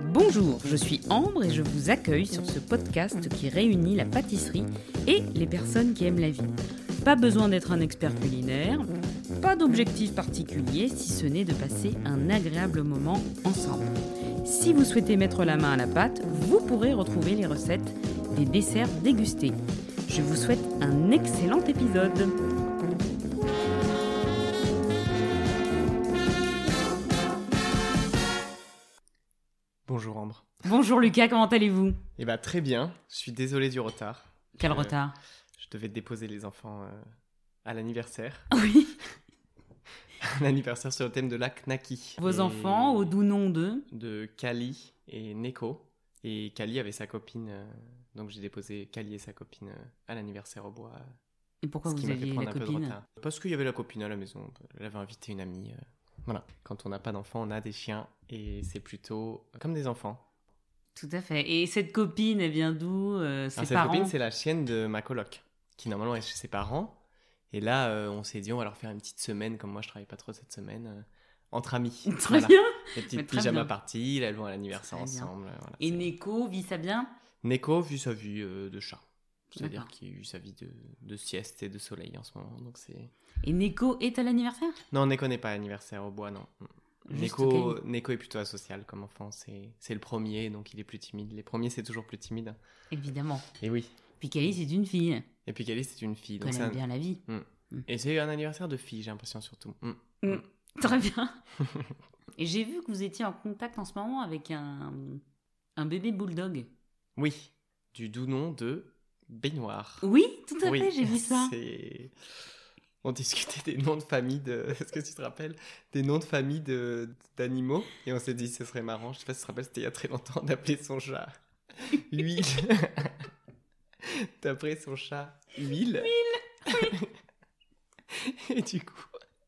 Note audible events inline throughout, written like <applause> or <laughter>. Bonjour, je suis Ambre et je vous accueille sur ce podcast qui réunit la pâtisserie et les personnes qui aiment la vie. Pas besoin d'être un expert culinaire, pas d'objectif particulier si ce n'est de passer un agréable moment ensemble. Si vous souhaitez mettre la main à la pâte, vous pourrez retrouver les recettes des desserts dégustés. Je vous souhaite un excellent épisode. Bonjour Ambre. Bonjour Lucas, comment allez-vous Eh bah très bien, je suis désolé du retard. Quel Euh, retard Je devais déposer les enfants euh, à l'anniversaire. <laughs> Oui. <laughs> Un anniversaire sur le thème de la Knaki. Vos Et enfants, au doux nom d'eux. De Kali et Neko. Et Kali avait sa copine, euh, donc j'ai déposé Kali et sa copine euh, à l'anniversaire au bois. euh, Et pourquoi ce qui vous m'a fait aviez prendre la un peu de copine retard. Parce qu'il y avait la copine à la maison, elle avait invité une amie. euh, Voilà. Quand on n'a pas d'enfants, on a des chiens et c'est plutôt comme des enfants. Tout à fait. Et cette copine, elle vient d'où euh, Ses Alors, cette parents Ah, copine, c'est la chienne de ma coloc, qui normalement est chez ses parents. Et là, euh, on s'est dit, on va leur faire une petite semaine, comme moi je travaille pas trop cette semaine, euh, entre amis. <laughs> Très Voilà. bien. Mais Les petites très pyjama bien. parties, elles vont à l'anniversaire Très bien. ensemble. euh, voilà, Et c'est- Neko vit ça bien Neko vit sa vie euh, de chat. C'est-à-dire D'accord. qu'il vit sa vie de, de sieste et de soleil en ce moment. Donc c'est... Et Neko est à l'anniversaire Non, Neko n'est pas anniversaire au bois, non. Juste Neko, euh, Kali. Neko est plutôt asocial comme enfant. C'est, c'est le premier, donc il est plus timide. Les premiers, c'est toujours plus timide. Évidemment. Et oui. Puis Kali, c'est une fille. Et puis Kali, c'est une fille. Elle Donc c'est aime un- bien la <laughs> vie. Et c'est un anniversaire de fille, j'ai l'impression surtout. Mm. Très bien. Et j'ai vu que vous étiez en contact en ce moment avec un, un bébé bulldog. Oui, du doux nom de Baignoire. Oui, <laughs> tout à Oui, fait, j'ai vu ça. c'est- On discutait des noms de famille de. <laughs> Est-ce que tu te rappelles Des noms de famille de... d'animaux. Et on s'est dit, ce serait marrant. Je sais pas si tu te rappelles, c'était il y a très longtemps d'appeler son <laughs> chat Huile. <laughs> D'appeler son chat Huile. <laughs> Et du coup.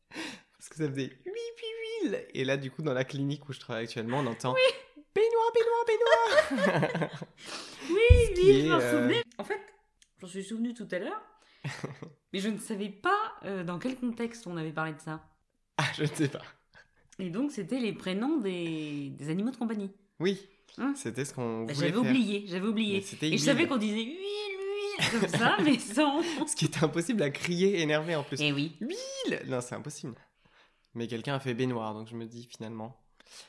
Parce que ça faisait oui, puis huile. Et là, du coup, dans la clinique où je travaille actuellement, on entend Baignoire, baignoire, baignoire. <laughs> Oui, qui oui, je est, m'en euh, souvenais. En fait, j'en suis souvenu tout à <laughs> l'heure, mais je ne savais pas euh, dans quel contexte on avait parlé de ça. Ah, je ne sais pas. Et donc, c'était les prénoms des, des animaux de compagnie. Oui, Hein c'était ce qu'on voulait J'avais faire. oublié, j'avais Mais oublié. C'était Et je huile, savais qu'on disait huile, huile, comme <laughs> ça, mais sans. ce qui est impossible à crier énervé en plus. Eh oui. Huile Non, c'est impossible. Mais quelqu'un a fait baignoire, donc je me dis finalement.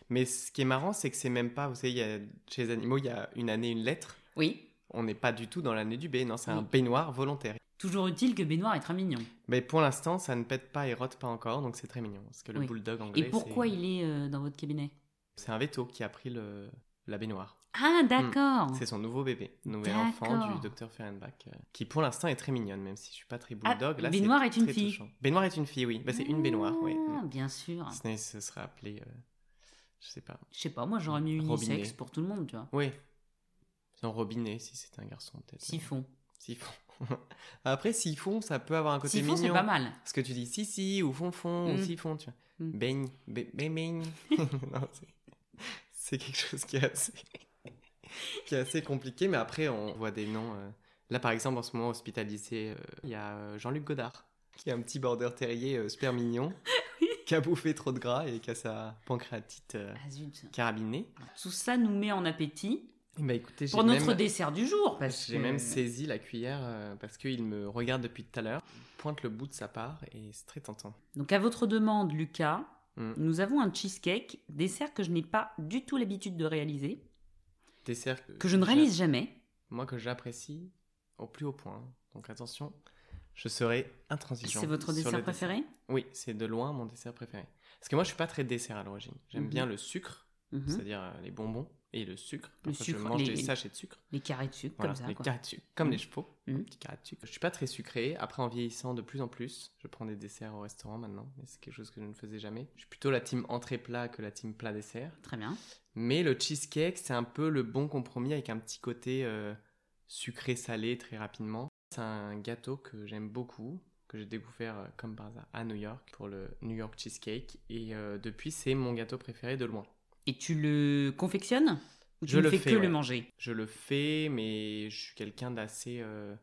Mais ce qui est marrant, c'est que c'est même pas, vous savez, il y a- chez les animaux, il y a une année, une lettre. Oui. On n'est pas du tout dans l'année du B, non, c'est un Oui. baignoire volontaire. Toujours utile que baignoire est très mignon. Mais pour l'instant, ça ne pète pas et rote pas encore, donc c'est très mignon. Parce que le Oui. bulldog anglais, Et pourquoi c'est- il est euh, dans votre cabinet c'est un veto qui a pris le... la baignoire. Ah, d'accord. Hmm, C'est son nouveau bébé, nouvel enfant D'accord. du docteur Fehrenbach, euh, qui pour l'instant est très mignonne, même si je suis pas très bulldog. Ah, là, baignoire c'est est une très fille. touchant. Baignoire est une fille, oui. Bah, c'est une baignoire, oui. Ah, Bien sûr. Ce n'est- ce sera appelé, euh, je sais pas. Je sais pas, moi j'aurais mis Robinet. unisexe pour tout le monde, tu vois. Oui. C'est un robinet, si c'est un garçon, peut-être. Siphon. Siphon. <laughs> Après, siphon, ça peut avoir un côté Siphon, c'est mignon. pas mal. Parce que tu dis si si ou fonfon Mm. ou siphon, tu vois. Mm. Baigne, ba- baigne. <laughs> Non, c'est- c'est quelque chose qui est assez, qui est assez compliqué, mais après on voit des noms. euh. Là par exemple en ce moment hospitalisé, euh, il y a euh, Jean-Luc Godard, qui est un petit border terrier euh, <laughs> super mignon, qui a bouffé trop de gras et qui a sa pancréatite euh, Ah zut. carabinée. Tout ça nous met en appétit Et bah écoutez, j'ai pour notre même, dessert du jour. Parce j'ai que- même saisi la cuillère euh, parce qu'il me regarde depuis tout à l'heure, pointe le bout de sa part et c'est très tentant. Donc à votre demande, Lucas, Mm. nous avons un cheesecake, dessert que je n'ai pas du tout l'habitude de réaliser, Dessert que je ne j'ai- réalise jamais. moi que j'apprécie au plus haut point. Donc attention, je serai intransigeant. C'est votre sur le dessert préféré Oui, c'est de loin mon dessert préféré. Parce que moi, je suis pas très dessert à l'origine. J'aime Mhm. bien le sucre, Mhm. c'est-à-dire euh, les bonbons et le sucre. Le Parfois, sucre, je mange les- des sachets de sucre. Les carrés de sucre, Voilà, comme ça. les quoi. carrés de sucre, comme Mhm. les chevaux, Mhm. un petit carré de sucre. Je suis pas très sucré. Après, en vieillissant de plus en plus, je prends des desserts au restaurant maintenant. Mais c'est quelque chose que je ne faisais jamais. Je suis plutôt la team entrée plat que la team plat dessert. Très bien. Mais le cheesecake, c'est un peu le bon compromis avec un petit côté euh, sucré-salé très rapidement. C'est un gâteau que j'aime beaucoup, que j'ai découvert euh, comme par hasard à New York pour le New York Cheesecake. Et euh, depuis, c'est mon gâteau préféré de loin. Et tu le confectionnes ou tu Je ne le fais, fais, que ouais. le manger Je le fais, mais je suis quelqu'un d'assez euh,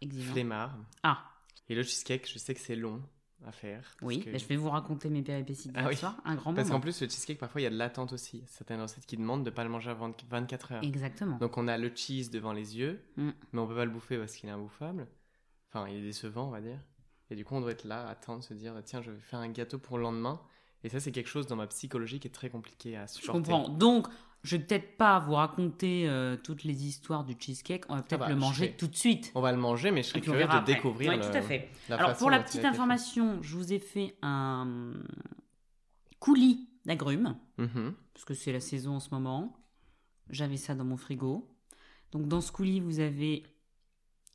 Exigeant. flemmard. Ah, Et le cheesecake, je sais que c'est long. à faire. parce Oui, que- bah, je vais vous raconter mes péripéties de Ah ce oui. soir. Un grand Parce qu'en moment. plus, le cheesecake, parfois, il y a de l'attente aussi. Certaines recettes qui demandent de ne pas le manger avant 24 heures. Exactement. euh, Donc, on a le cheese devant les yeux, Mm. mais on peut pas le bouffer parce qu'il est imbouffable. Enfin, il est décevant, on va dire. Et du coup, on doit être là, attendre, se dire, tiens, je vais faire un gâteau pour le lendemain. Et ça, c'est quelque chose dans ma psychologie qui est très compliqué à Je supporter. comprends. Donc, je vais peut-être pas vous raconter euh, toutes les histoires du cheesecake. On va peut-être va, le Ah bah, je manger sais. tout de suite. On va le manger, mais je Et serais puis on curieux de verra après. découvrir Ouais, le- tout à fait. la Alors, façon pour la dont il a petite été fait. information, je vous ai fait un coulis d'agrumes, Mhm. parce que c'est la saison en ce moment. J'avais ça dans mon frigo. Donc, dans ce coulis, vous avez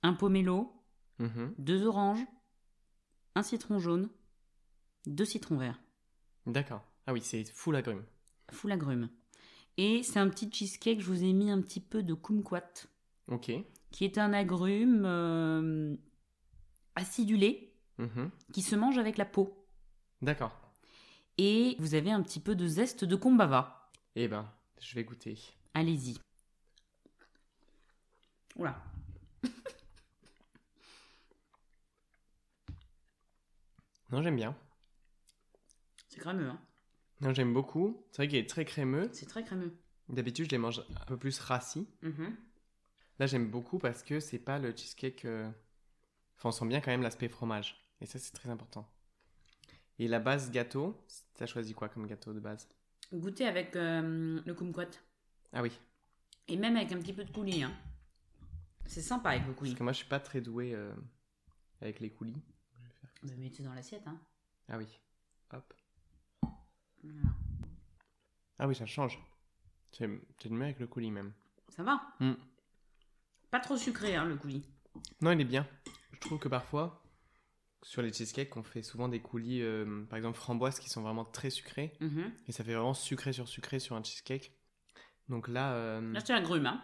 un pomelo, Mhm. deux oranges, un citron jaune, deux citrons verts. D'accord. Ah oui, c'est full agrumes. Full agrumes. Et c'est un petit cheesecake, je vous ai mis un petit peu de kumquat, Ok. qui est un agrume euh, acidulé Mhm. qui se mange avec la peau. D'accord. Et vous avez un petit peu de zeste de kombava. Eh ben, je vais goûter. Allez-y. Oula. Non, j'aime bien. C'est crémeux, hein Non, j'aime beaucoup. C'est vrai qu'il est très crémeux. C'est très crémeux. D'habitude, je les mange un peu plus rassis. Mhm. Là, j'aime beaucoup parce que c'est pas le cheesecake. euh, Enfin, on sent bien quand même l'aspect fromage. Et ça, c'est très important. Et la base gâteau, t'as choisi quoi comme gâteau de base Goûtez avec euh, le kumquat. Ah oui, Et même avec un petit peu de coulis. hein. C'est sympa avec le coulis. parce que moi, je suis pas très doué euh, avec les coulis. Vous mettez dans l'assiette, hein Ah oui. Hop. Voilà. Ah oui, ça change. C'est c'est mieux avec le coulis même. Ça va Mm. Pas trop sucré, hein, le coulis. Non, il est bien. Je trouve que parfois, sur les cheesecakes, on fait souvent des coulis, euh, par exemple framboises, qui sont vraiment très sucrés. Mhm. Et ça fait vraiment sucré sur sucré sur un cheesecake. Donc là, euh, Là, c'est agrume, hein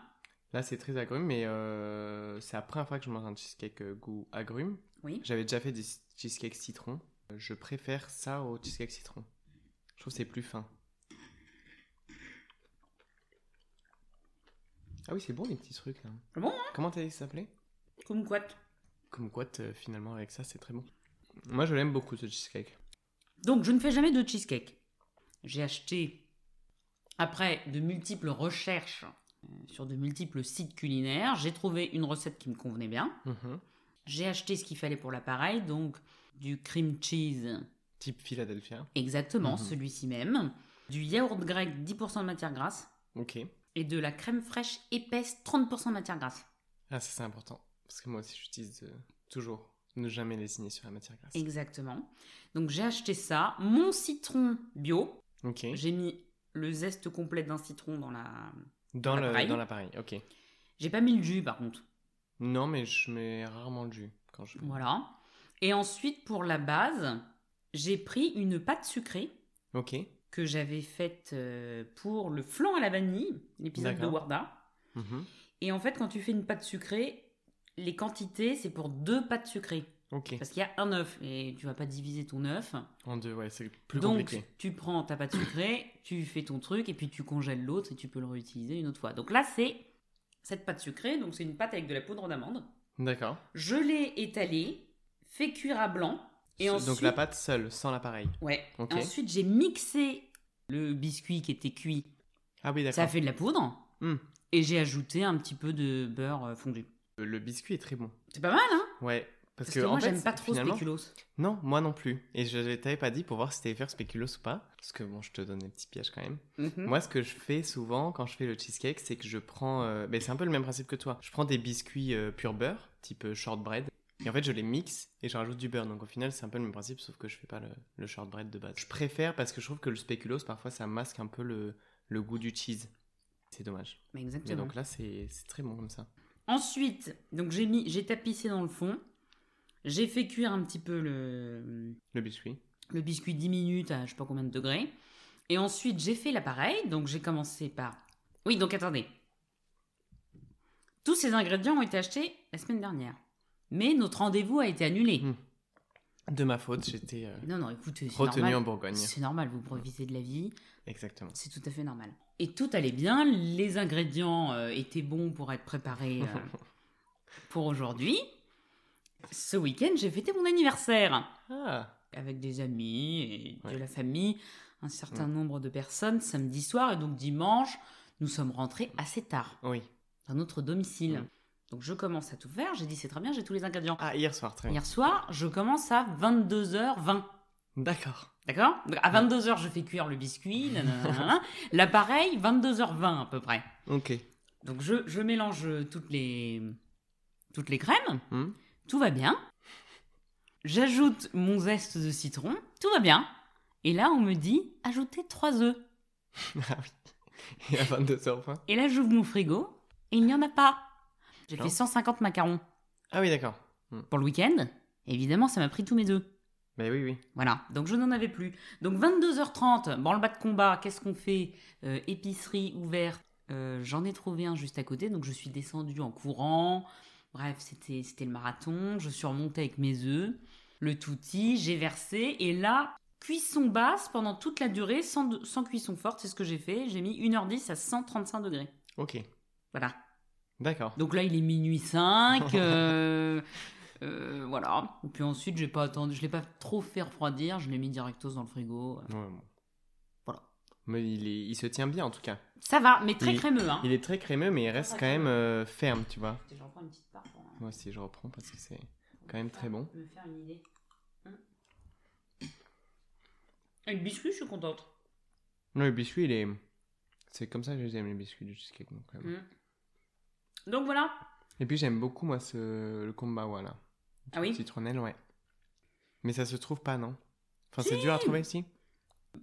là c'est très agrume, mais euh, c'est la première fois que je mange un cheesecake euh, goût agrume. Oui. J'avais déjà fait des cheesecakes citron. Euh, Je préfère ça au cheesecake citron. Je trouve que c'est plus fin. Ah oui, c'est bon les petits trucs là. Ah bon, Comment t'as dit que ça s'appelait Kumquat. Comme quoi, t- finalement, avec ça, c'est très bon. Moi, je l'aime beaucoup, ce cheesecake. Donc, je ne fais jamais de cheesecake. J'ai acheté, après de multiples recherches euh, sur de multiples sites culinaires, j'ai trouvé une recette qui me convenait bien. Mhm. J'ai acheté ce qu'il fallait pour l'appareil, donc du cream cheese, Type Philadelphia. exactement, Mhm. celui-ci même, du yaourt grec 10% de matière grasse Ok. et de la crème fraîche épaisse 30% de matière grasse. Ah, ça, c'est important. Parce que moi aussi, j'utilise euh, toujours ne jamais les signer sur la matière grasse. Exactement. Donc j'ai acheté ça, mon citron bio, Ok. J'ai mis le zeste complet d'un citron dans la. Dans l'appareil. le- dans l'appareil. Ok. J'ai pas mis le jus par contre. Non, mais je mets rarement le jus quand je. Voilà. Et ensuite, pour la base, j'ai pris une pâte sucrée Ok. que j'avais faite euh, pour le flan à la vanille, l'épisode de D'accord. Warda. Mhm. Et en fait, quand tu fais une pâte sucrée, les quantités, c'est pour deux pâtes sucrées. Ok. Parce qu'il y a un œuf et tu vas pas diviser ton œuf. En deux, ouais, c'est plus Donc, compliqué. tu prends ta pâte sucrée, tu fais ton truc, et puis tu congèles l'autre et tu peux le réutiliser une autre fois. Donc là, c'est cette pâte sucrée, donc c'est une pâte avec de la poudre d'amande. D'accord. Je l'ai étalée, fait cuire à blanc, et Ce- ensuite... Donc la pâte seule, sans l'appareil. Ouais. Ok. Ensuite, j'ai mixé le biscuit qui était cuit, Ah oui, ça a d'accord. fait de la poudre, Hmm. et j'ai ajouté un petit peu de beurre euh, fondu. Euh, Le biscuit est très bon. C'est pas mal, hein Ouais. Parce, Parce que, moi, en fait, j'aime pas trop finalement, spéculoos. Non, moi non plus. Et je ne t'avais pas dit pour voir si t'allais faire spéculoos ou pas. Parce que bon, je te donne des petits pièges quand même. Mhm. Moi, ce que je fais souvent quand je fais le cheesecake, c'est que je prends. euh, ben, c'est un peu le même principe que toi. Je prends des biscuits euh, pur beurre, type euh, shortbread. Et en fait, je les mixe et je rajoute du beurre. Donc au final, c'est un peu le même principe, sauf que je fais pas le, le shortbread de base. Je préfère parce que je trouve que le spéculoos, parfois, ça masque un peu le, le goût du cheese. C'est dommage. Mais Mais exactement. donc là, c'est c'est très bon comme ça. Ensuite, donc j'ai mis, j'ai tapissé dans le fond, j'ai fait cuire un petit peu le, Le biscuit. le biscuit 10 minutes à je sais pas combien de degrés. Et ensuite, j'ai fait l'appareil. Donc, j'ai commencé par. Oui, donc attendez. Tous ces ingrédients ont été achetés la semaine dernière. Mais notre rendez-vous a été annulé. Mm. De ma faute, j'étais euh, Non, non, écoutez, c'est retenu en normal. Bourgogne. C'est normal, vous profitez de la vie, Exactement. c'est tout à fait normal. Et tout allait bien, les ingrédients euh, étaient bons pour être préparés euh, <laughs> pour aujourd'hui. Ce week-end, j'ai fêté mon anniversaire. Ah, avec des amis et de Ouais. Mm. la famille, un certain nombre de personnes samedi soir et donc dimanche, nous sommes rentrés assez tard Oui. dans notre domicile. Mm. Donc je commence à tout faire, j'ai dit c'est très bien, j'ai tous les ingrédients. Ah, hier soir, très bien. Hier soir, je commence à 22h20. D'accord. D'accord Donc, À 22h, je fais cuire le biscuit. nanana. L'appareil, 22h20 à peu près. Ok. <laughs> Donc je, je mélange toutes les, toutes les crèmes. Hmm. Tout va bien. J'ajoute mon zeste de citron. Tout va bien. Et là, on me dit ajouter 3 œufs. Ah oui. Et à 22h20. Et là, j'ouvre mon frigo et il n'y en a pas. J'ai Non. fait 150 macarons Ah oui, d'accord. pour le week-end. Évidemment, ça m'a pris tous mes œufs. Mais Bah oui, oui. Voilà, donc je n'en avais plus. Donc 22h30, bon le bas de combat, qu'est-ce qu'on fait Euh, Épicerie ouverte, Euh, j'en ai trouvé un juste à côté, donc je suis descendue en courant. Bref, c'était c'était le marathon, je suis remontée avec mes œufs, le touti, j'ai versé, et là, cuisson basse pendant toute la durée, sans, de- sans cuisson forte, c'est ce que j'ai fait, j'ai mis 1h10 à 135 degrés. Ok. Voilà. D'accord. Donc là, il est minuit 5. euh, <laughs> euh, voilà. Et puis ensuite, j'ai pas attendu, je l'ai pas trop fait refroidir, je l'ai mis directos dans le frigo. Ouais, bon. Voilà. Mais il, est- il se tient bien en tout cas. Ça va, mais très Il- crémeux. Hein. Il est très crémeux, mais il reste quand même euh, ferme, tu vois. J'en prends une petite part pour, Moi aussi, je reprends parce que c'est quand même très bon. me faire une idée. Hum. Et le biscuit, je suis contente. Non, le biscuit, il est. C'est comme ça que j'aime les biscuits du cheesecake. Donc, euh. Hum. Donc voilà. Et puis j'aime beaucoup, moi, ce... le kombawa là. Ah oui Citronnelle, ouais. Mais ça se trouve pas, non Enfin, c'est dur à trouver ici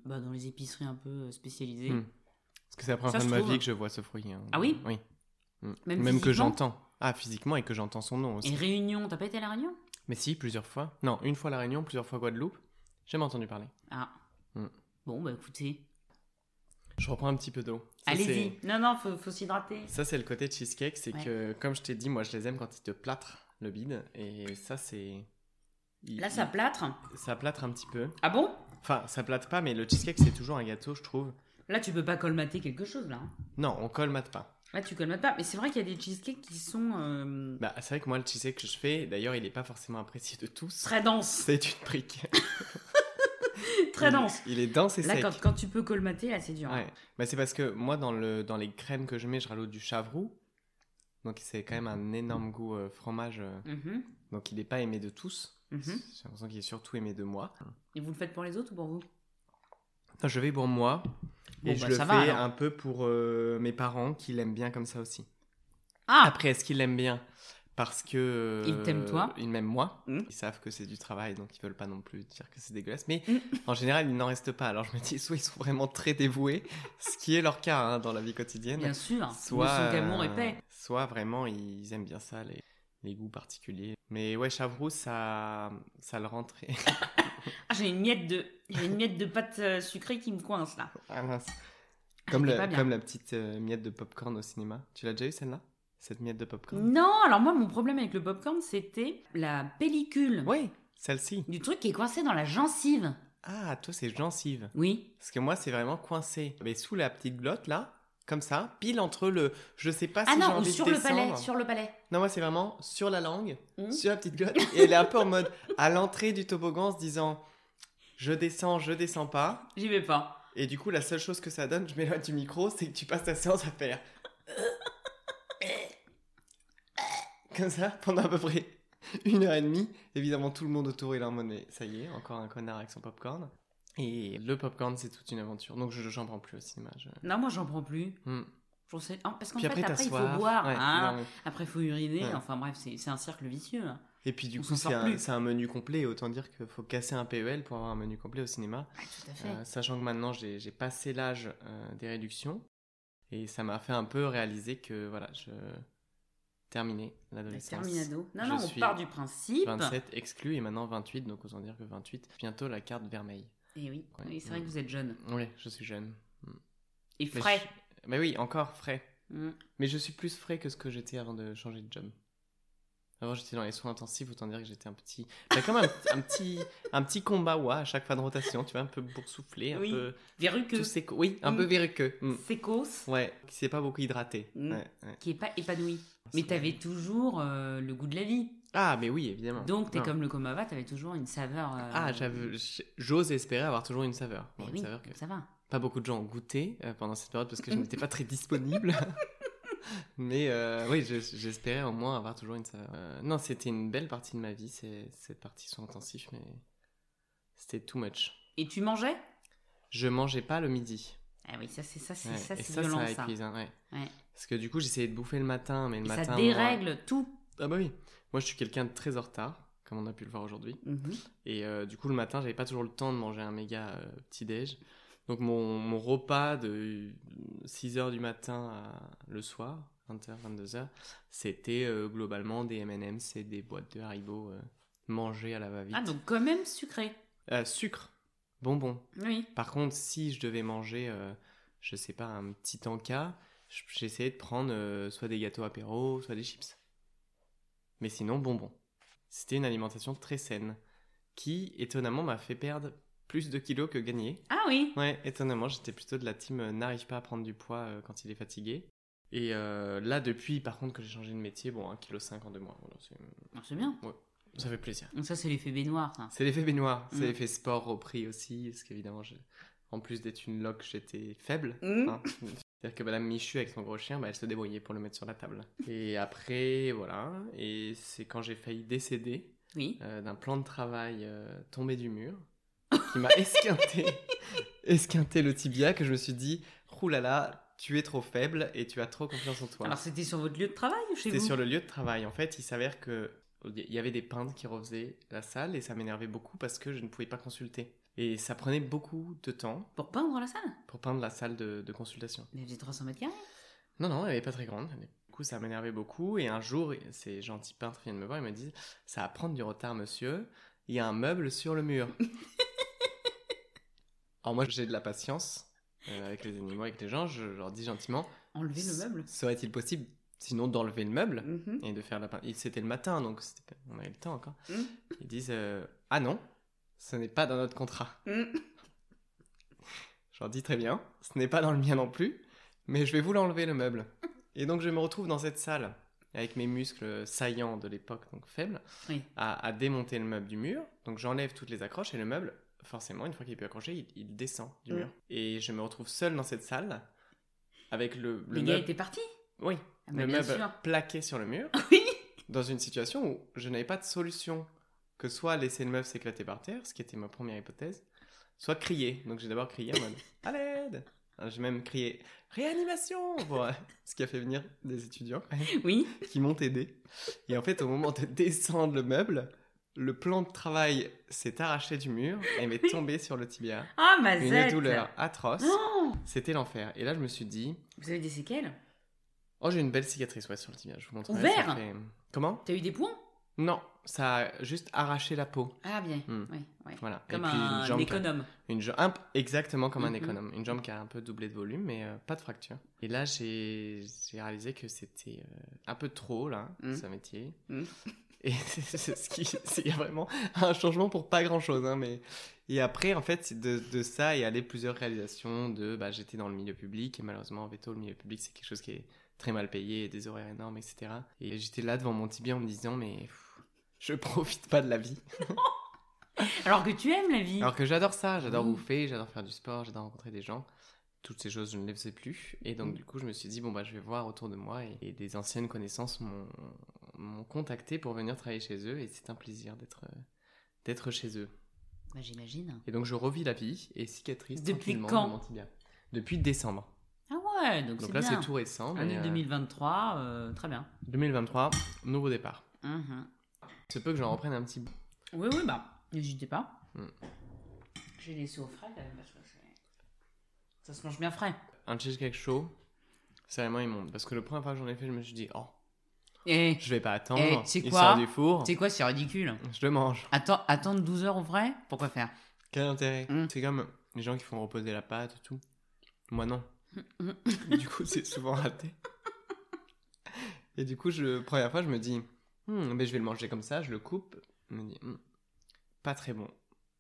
Bah, Dans les épiceries un peu euh, spécialisées. Hmm. Parce que c'est la première Ça fois se de ma trouve. vie que je vois ce fruit. hein. Ah oui Oui. Mm. Même Même, physiquement que j'entends. Ah, physiquement et que j'entends son nom aussi. Et Réunion, t'as pas été à la Réunion Mais si, plusieurs fois. Non, une fois La Réunion, plusieurs fois Guadeloupe. J'ai jamais entendu parler. Ah. Hum. Bon, bah écoutez. Je reprends un petit peu d'eau. Ça, c'est- Allez-y. Non, non, faut, faut s'hydrater. Ça, c'est le côté cheesecake. C'est Ouais. que, comme je t'ai dit, moi, je les aime quand ils te plâtrent le bide. Et ça, c'est. il- Là, ça plâtre. il- ça plâtre un petit peu. Ah bon Enfin, ça plâtre pas, mais le cheesecake, c'est toujours un gâteau, je trouve. Là, tu peux pas colmater quelque chose, là. hein. Non, on colmate pas. Là, tu colmates pas. Mais c'est vrai qu'il y a des cheesecakes qui sont euh, Bah, c'est vrai que moi, le cheesecake que je fais, d'ailleurs, il est pas forcément apprécié de tous. très denses. <laughs> C'est une brique. Très Il- denses. Il est dense et Là, sec. quand, quand tu peux colmater, là, c'est dur. hein. Ouais. Bah, c'est parce que moi, dans, le, dans les crèmes que je mets, je rajoute du chavroux. Donc, c'est quand même un énorme goût euh, fromage. euh, Mhm, donc, il n'est pas aimé de tous. mhm. J'ai l'impression qu'il est surtout aimé de moi. Et vous le faites pour les autres ou pour vous Non, je vais pour moi. Bon, et bah, je le ça fais va, alors. un peu pour euh, mes parents qui l'aiment bien comme ça aussi. Ah Après, est-ce qu'ils l'aiment bien Parce que. euh, Ils t'aiment toi Ils m'aiment moi. Mm. Ils savent que c'est du travail, donc ils veulent pas non plus dire que c'est dégueulasse. Mais Mm. en général, il n'en reste pas. Alors je me dis, soit ils sont vraiment très dévoués, ce qui est leur cas hein, dans la vie quotidienne. Bien sûr. soit. Soit... Son d'amour euh, épais. Soit vraiment, ils aiment bien ça, les, les goûts particuliers. Mais ouais, Chavroux, ça, ça le rend très. <laughs> Ah, j'ai une miette de, j'ai une miette de pâte euh, sucrée qui me coince là. Ah mince. Comme, le- Ah, pas bien. comme la petite euh, miette de popcorn au cinéma. Tu l'as déjà eu celle-là Cette miette de popcorn Non, alors moi, mon problème avec le popcorn, c'était la pellicule Oui, celle-ci. du truc qui est coincé dans la gencive. Ah, toi, c'est gencive. Oui. Parce que moi, c'est vraiment coincé. Mais sous la petite glotte, là, comme ça, pile entre le. Je sais pas Ah si j'ai non, ou envie sur de le descendre. palais, sur le palais. Non, moi, c'est vraiment sur la langue, Hmm. sur la petite glotte. Et elle est un peu en mode à l'entrée du toboggan en se disant Je descends, je descends pas. J'y vais pas. Et du coup, la seule chose que ça donne, je m'éloigne du micro, c'est que tu passes ta séance à faire. Comme ça, pendant à peu près une heure et demie. Évidemment, tout le monde autour est là en mode, mais ça y est, encore un connard avec son popcorn. Et le popcorn, c'est toute une aventure. Donc, je j'en prends plus au cinéma. je- Non, moi, j'en prends plus. Hmm. J'en sais- ah, Parce qu'en Puis fait, après, après, t'as il faut soif. boire. Ouais, hein. non, mais- Après, il faut uriner. Ouais. Enfin bref, c'est c'est un cercle vicieux. hein. Et puis, du On coup, s'en c'est sort un, plus. c'est un menu complet. Autant dire qu'il faut casser un PEL pour avoir un menu complet au cinéma. Ah, tout à fait. Euh, sachant que maintenant j'ai j'ai passé l'âge euh, des réductions et ça m'a fait un peu réaliser que voilà, je terminais Le l'adolescence. Bah, Terminado. Non, Je non, on suis part du principe. 27 exclus et maintenant 28, donc autant dire que 28, bientôt la carte vermeille. Et Eh oui, Ouais. Oui, c'est vrai que Mm. vous êtes jeune. Oui, je suis jeune. Et Mais frais. je- Mais oui, encore frais. Mm. Mais je suis plus frais que ce que j'étais avant de changer de job. Avant j'étais dans les soins intensifs, autant dire que j'étais un petit... T'as comme un, un petit, un petit combat ouais, à chaque fin de rotation, tu vois, un peu boursouflé, un Oui. peu... Verruqueux. Tous ces... co- Oui, un peu Mm. verruqueux. Mm. Sécos. Ouais, qui s'est pas beaucoup hydraté. Mm. Ouais, Ah, ouais. Qui est pas épanoui. Mais t'avais toujours euh, le goût de la vie. Ah, mais oui, évidemment. Donc, t'es Non. comme le komava, t'avais toujours une saveur. euh, Ah, j'avais- j'ose espérer avoir toujours une saveur. mais Bon, une oui, saveur que ça va. pas beaucoup de gens ont goûté euh, pendant cette période parce que je n'étais pas très disponible. Mais euh, oui, je- j'espérais au moins avoir toujours une saveur. Euh, non, c'était une belle partie de ma vie, c'est- cette partie soins intensifs, mais c'était too much. Et tu mangeais Je mangeais pas le midi. Ah oui, ça c'est ça c'est Ouais, ça et c'est ça, violent ça ça. épuise, hein, ouais. Ouais. Parce que du coup, j'essayais de bouffer le matin, mais le Et matin. ça moi- dérègle tout. Ah bah oui. Moi, je suis quelqu'un de très en retard, comme on a pu le voir aujourd'hui. Mhm. Et euh, du coup, le matin, j'avais pas toujours le temps de manger un méga euh, petit-déj. Donc, mon, mon repas de 6h du matin à le soir, 20h, 22h, c'était euh, globalement des MM's et des boîtes de Haribo euh, mangées à la va-vite. Ah donc quand même sucré. Euh, sucre, bonbons. Oui. Par contre, si je devais manger, euh, je sais pas, un petit tanka, j- j'essayais de prendre euh, soit des gâteaux apéro, soit des chips. Mais sinon, bonbons. C'était une alimentation très saine, qui, étonnamment, m'a fait perdre plus de kilos que gagner. Ah oui. Ouais, étonnamment, j'étais plutôt de la team euh, n'arrive pas à prendre du poids euh, quand il est fatigué. Et euh, là, depuis, par contre, que j'ai changé de métier, bon, 1,5 kg en deux mois, voilà, c'est- Ah, C'est bien. ça fait plaisir. Donc ça c'est l'effet baignoire ça. C'est l'effet baignoire, c'est Mm. l'effet sport repris aussi, parce qu'évidemment, je- en plus d'être une loque, j'étais faible. Mhm. hein. C'est-à-dire que Madame Michu, avec son gros chien, bah, elle se débrouillait pour le mettre sur la table. Et après, voilà, et c'est quand j'ai failli décéder Oui. euh, d'un plan de travail euh, tombé du mur, qui m'a esquinté, esquinté le tibia, que je me suis dit, roulala, tu es trop faible et tu as trop confiance en toi. Alors c'était sur votre lieu de travail ou chez C'était vous sur le lieu de travail. En fait, il s'avère que il y avait des peintres qui refaisaient la salle et ça m'énervait beaucoup parce que je ne pouvais pas consulter. Et ça prenait beaucoup de temps Pour peindre la salle. pour peindre la salle de, de consultation. Mais elle faisait 300 mètres carrés. Non, non, elle n'est pas très grande. Mais Du coup, ça m'énervait beaucoup. Et un jour, ces gentils peintres viennent me voir et me disent Ça va prendre du retard, monsieur. Il y a un meuble sur le mur. Alors, moi, j'ai de la patience euh, avec les animaux, avec les gens. Je leur dis gentiment Enlever le meuble. Serait-il possible, sinon, d'enlever le meuble Mhm. et de faire la peinture. C'était le matin, donc c'était pas- on avait le temps encore. Mm. Ils disent euh, Ah non, ce n'est pas dans notre contrat. Mm. Je leur dis Très bien, ce n'est pas dans le mien non plus, mais je vais vous l'enlever le meuble. Et donc je me retrouve dans cette salle, avec mes muscles saillants de l'époque, donc faibles, Oui. à, à démonter le meuble du mur. Donc j'enlève toutes les accroches et le meuble, forcément, une fois qu'il est plus accroché, il, il descend du Mm. mur. Et je me retrouve seul dans cette salle, avec le, le Les gars meuble. étaient partis. Oui, Ah bah, le bien meuble sûr. plaqué sur le mur <laughs> Oui. dans une situation où je n'avais pas de solution que soit laisser le meuble s'éclater par terre, ce qui était ma première hypothèse, soit crier. Donc j'ai d'abord crié <laughs> en mode à l'aide. Alors, J'ai même crié réanimation pour, <laughs> euh, ce qui a fait venir des étudiants Oui. qui m'ont aidé. Et en fait, au moment de descendre le meuble, le plan de travail s'est arraché du mur et m'est tombé sur le tibia. Ah ma Une zette. douleur atroce. Non. C'était l'enfer. Et là, je me suis dit, Vous avez des séquelles oh, j'ai une belle cicatrice ouais, sur le tibia. Je vous montre. Ouvert Comment T'as eu des points Non, ça a juste arraché la peau. Ah bien. Mm. Oui. oui. Voilà. Comme et puis un une jambe, qui a- économe. une ja- un- exactement comme un Mhm. économe, une jambe qui a un peu doublé de volume, mais euh, pas de fracture. Et là, j'ai j'ai réalisé que c'était euh, un peu trop là, Mhm. ce métier. Mhm. <laughs> Et c'est c'est ce qui, c'est- il y a vraiment un changement pour pas grand chose, mais. Et après, en fait, de, de ça est allé plusieurs réalisations de, bah, j'étais dans le milieu public et malheureusement, en veto, le milieu public, c'est quelque chose qui est très mal payé, des horaires énormes, etc. Et j'étais là devant mon tibia en me disant, mais pff, je <laughs> profite pas de la vie. Alors que tu aimes la vie. Alors que j'adore ça, j'adore Oui. bouffer, j'adore faire du sport, j'adore rencontrer des gens. Toutes ces choses, je ne les faisais plus. Et donc, Mm. du coup, je me suis dit, bon, bah, je vais voir autour de moi. Et, et des anciennes connaissances m'ont m'ont contacté pour venir travailler chez eux. Et c'est un plaisir d'être euh, d'être chez eux. Bah, J'imagine. Et donc, je revis la vie et cicatrice Depuis tranquillement quand de mon tibia. Depuis décembre. Ah ouais, donc, Donc c'est là, bien. c'est tout récent. mais, Année euh, 2023, euh, très bien. 2023, nouveau départ. Mhm. C'est peu que j'en reprenne un petit bout. Oui, oui, bah, n'hésitez pas. Mm. J'ai laissé au frais quand même parce que c'est- ça se mange bien frais. Un cheesecake chaud, c'est vraiment immonde. Parce que le première fois que j'en ai fait, je me suis dit, oh, Et tu je vais pas attendre. Eh, tu sais Il quoi sort du four. sais quoi, c'est ridicule. Je le mange. Attends, attendre 12 heures au frais Pourquoi faire Quel intérêt Mm. C'est comme les gens qui font reposer la pâte et tout. Moi non. Mm. <laughs> du coup, c'est souvent raté. Et du coup, je, première fois, je me dis, Hmm, mais je vais le manger comme ça, je le coupe. Je me dis, Hmm, pas très bon.